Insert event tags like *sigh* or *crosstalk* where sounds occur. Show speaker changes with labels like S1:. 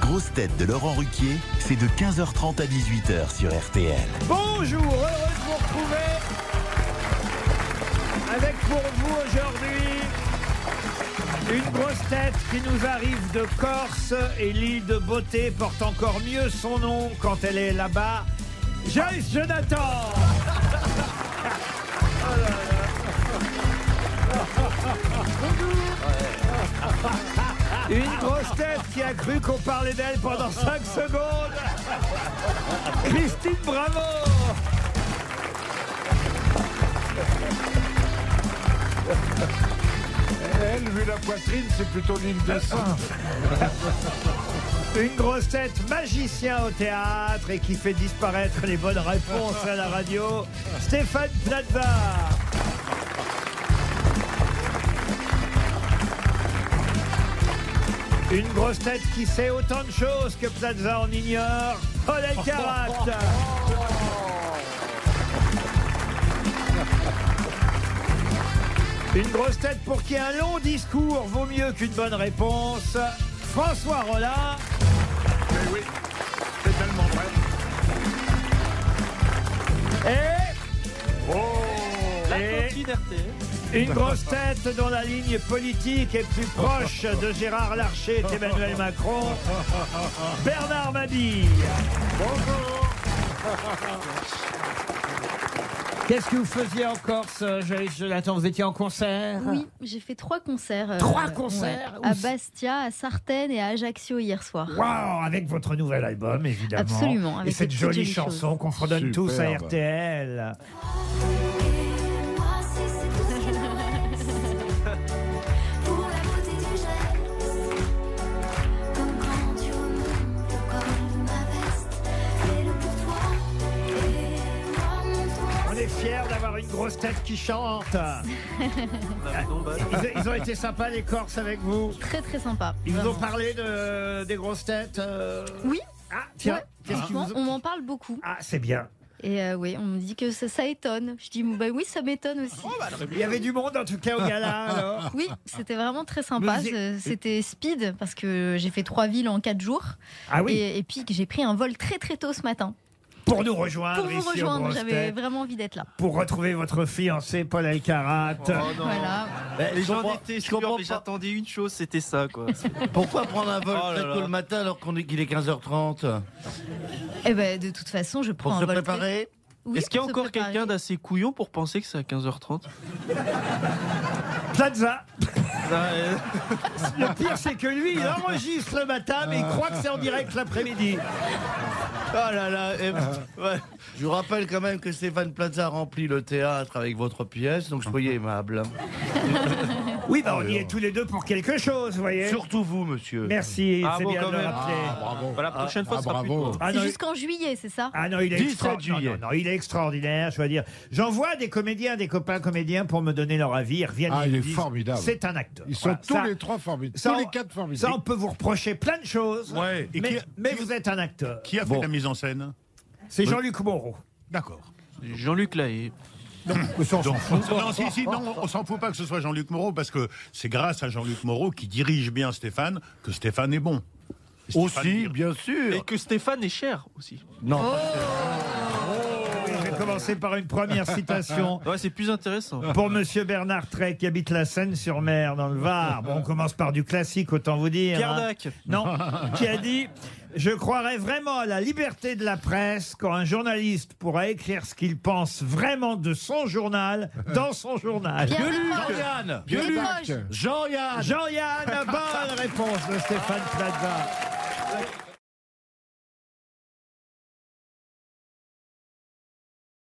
S1: grosses têtes de Laurent Ruquier, c'est de 15h30 à 18h sur RTL.
S2: Bonjour, heureux de vous retrouver avec pour vous aujourd'hui une grosse tête qui nous arrive de Corse et l'île de beauté porte encore mieux son nom quand elle est là-bas. Joyce Jonathan Une grosse tête qui a cru qu'on parlait d'elle pendant 5 secondes. Christine Bravo
S3: Elle, vu la poitrine, c'est plutôt l'île de Saint.
S2: Une grosse tête magicien au théâtre et qui fait disparaître les bonnes réponses à la radio, Stéphane Plaza. Une grosse tête qui sait autant de choses que Plaza en ignore, Paul Elkarat. Une grosse tête pour qui un long discours vaut mieux qu'une bonne réponse, François Rollin.
S3: Mais oui, c'est tellement vrai.
S2: Et
S3: Oh
S2: et une grosse tête dont la ligne politique est plus proche de Gérard Larcher qu'Emmanuel Macron, Bernard Mabille.
S3: Bonjour
S2: Qu'est-ce que vous faisiez en Corse, euh, Joyce Jonathan Vous étiez en concert
S4: Oui, j'ai fait trois concerts. euh,
S2: Ah. Trois concerts
S4: ouais, À
S2: Ouf.
S4: Bastia, à Sartène et à Ajaccio hier soir.
S2: Waouh Avec votre nouvel album, évidemment.
S4: Absolument,
S2: Et
S4: avec
S2: cette
S4: cette
S2: jolie
S4: jolie chose.
S2: chanson qu'on fredonne tous à
S3: Superbe.
S2: RTL.
S5: Pour la beauté du geste, comme quand tu remontes le col de ma veste, fais-le pour toi et moi mon toi.
S2: On est fiers d'avoir une grosse tête qui chante. *laughs* ils, ils ont été sympas, les Corses, avec vous
S4: Très très sympa.
S2: Ils vous
S4: vraiment.
S2: ont parlé de, des grosses têtes euh
S4: Oui,
S2: Ah, tiens,
S4: Ouais.
S2: qu'est-ce qu'ils vous
S4: franchement,
S2: ont-
S4: on m'en parle beaucoup.
S2: Ah, c'est bien.
S4: Et euh, oui, on me dit que ça, ça étonne. Je dis, bah oui, ça m'étonne
S2: Oh
S4: aussi.
S2: Il y avait du monde, en tout cas,
S4: *laughs*
S2: au gala, alors.
S4: Oui, c'était vraiment très sympa.
S2: Mais vous
S4: C'est- C'était speed parce que j'ai fait trois villes en quatre jours.
S2: Ah oui,
S4: Et, et puis que j'ai pris un vol très très tôt ce matin.
S2: pour nous rejoindre
S4: Pour vous
S2: ici aux
S4: rejoindre,
S2: grosses
S4: j'avais
S2: têtes,
S4: vraiment envie d'être là.
S2: pour retrouver votre fiancé, Paul Elkarat.
S6: Oh,
S4: Voilà.
S7: Ben,
S6: J'en étais sûr, mais j'attendais une chose, c'était ça, quoi.
S7: *laughs* Pourquoi prendre un vol
S6: Oh là
S7: très
S6: là.
S7: tôt le matin alors qu'on est- qu'il est 15h30
S4: Et ben de toute façon, je prends
S7: Pour
S4: un
S7: se
S4: vol. très-
S7: préparer
S4: Oui,
S6: Est-ce qu'il y a
S4: pour se
S6: encore
S4: préparer.
S6: quelqu'un d'assez couillon pour penser que c'est à 15h30
S2: Plaza.
S6: euh.
S2: *laughs* Le pire, c'est que lui, il enregistre le matin, mais il croit que c'est en direct l'après-midi.
S7: Oh là là *laughs* eh, ouais. Je vous rappelle quand même que Stéphane Plaza remplit le théâtre avec votre pièce, donc soyez aimable.
S2: Oui, bah, on y est tous les deux pour quelque chose, vous voyez.
S7: Surtout vous, monsieur.
S2: Merci,
S6: Ah
S2: c'est
S6: bon,
S2: bien de
S6: quand
S2: le
S6: même.
S2: rappeler.
S6: Bah, la prochaine fois, ce sera plus toi.
S2: Ah, non,
S4: C'est jusqu'en juillet, c'est ça
S2: Ah non, il est
S7: 17
S2: extraordinaire.
S7: juillet.
S2: Non, non, il est extraordinaire, je veux dire. J'envoie des comédiens, des copains comédiens pour me donner leur avis. Ils reviennent.
S3: Ah,
S2: ils
S3: il
S2: me
S3: est
S2: disent,
S3: formidable.
S2: C'est un acteur.
S3: Ils sont
S2: Voilà,
S3: tous
S2: ça-
S3: les trois formidables.
S2: ça,
S3: tous les
S2: on-
S3: quatre formidables.
S2: Ça, on peut vous reprocher plein de choses.
S8: Ouais, et
S2: mais
S8: qui-
S2: mais
S8: qui-
S2: vous êtes un acteur.
S8: Qui a fait la mise en scène
S2: C'est Jean-Luc Moreau.
S8: D'accord.
S6: Jean-Luc Lahaye.
S2: *laughs*
S8: Donc, on- non, si, si, non, on s'en fout pas que ce soit Jean-Luc Moreau, parce que c'est grâce à Jean-Luc Moreau qui dirige bien Stéphane que Stéphane est bon. Et Stéphane
S7: Aussi,
S8: dirige-
S7: bien sûr.
S6: Et que Stéphane est cher aussi.
S2: Je vais commencer par une première citation.
S6: Ouais, c'est plus intéressant.
S2: Pour Monsieur Bernard Trey qui habite la Seine-sur-Mer dans le Var, bon, on commence par du classique, autant vous dire.
S6: Pierre
S2: hein.
S6: Dac.
S2: Non, qui a dit Je croirais vraiment à la liberté de la presse quand un journaliste pourra écrire ce qu'il pense vraiment de son journal dans son journal.
S4: Pierre Desproges.
S7: Jean-Yann
S4: Pierre
S3: Luc.
S4: Desproges.
S7: Jean-Yann
S2: Jean-Yann, bonne réponse de Stéphane Plaza.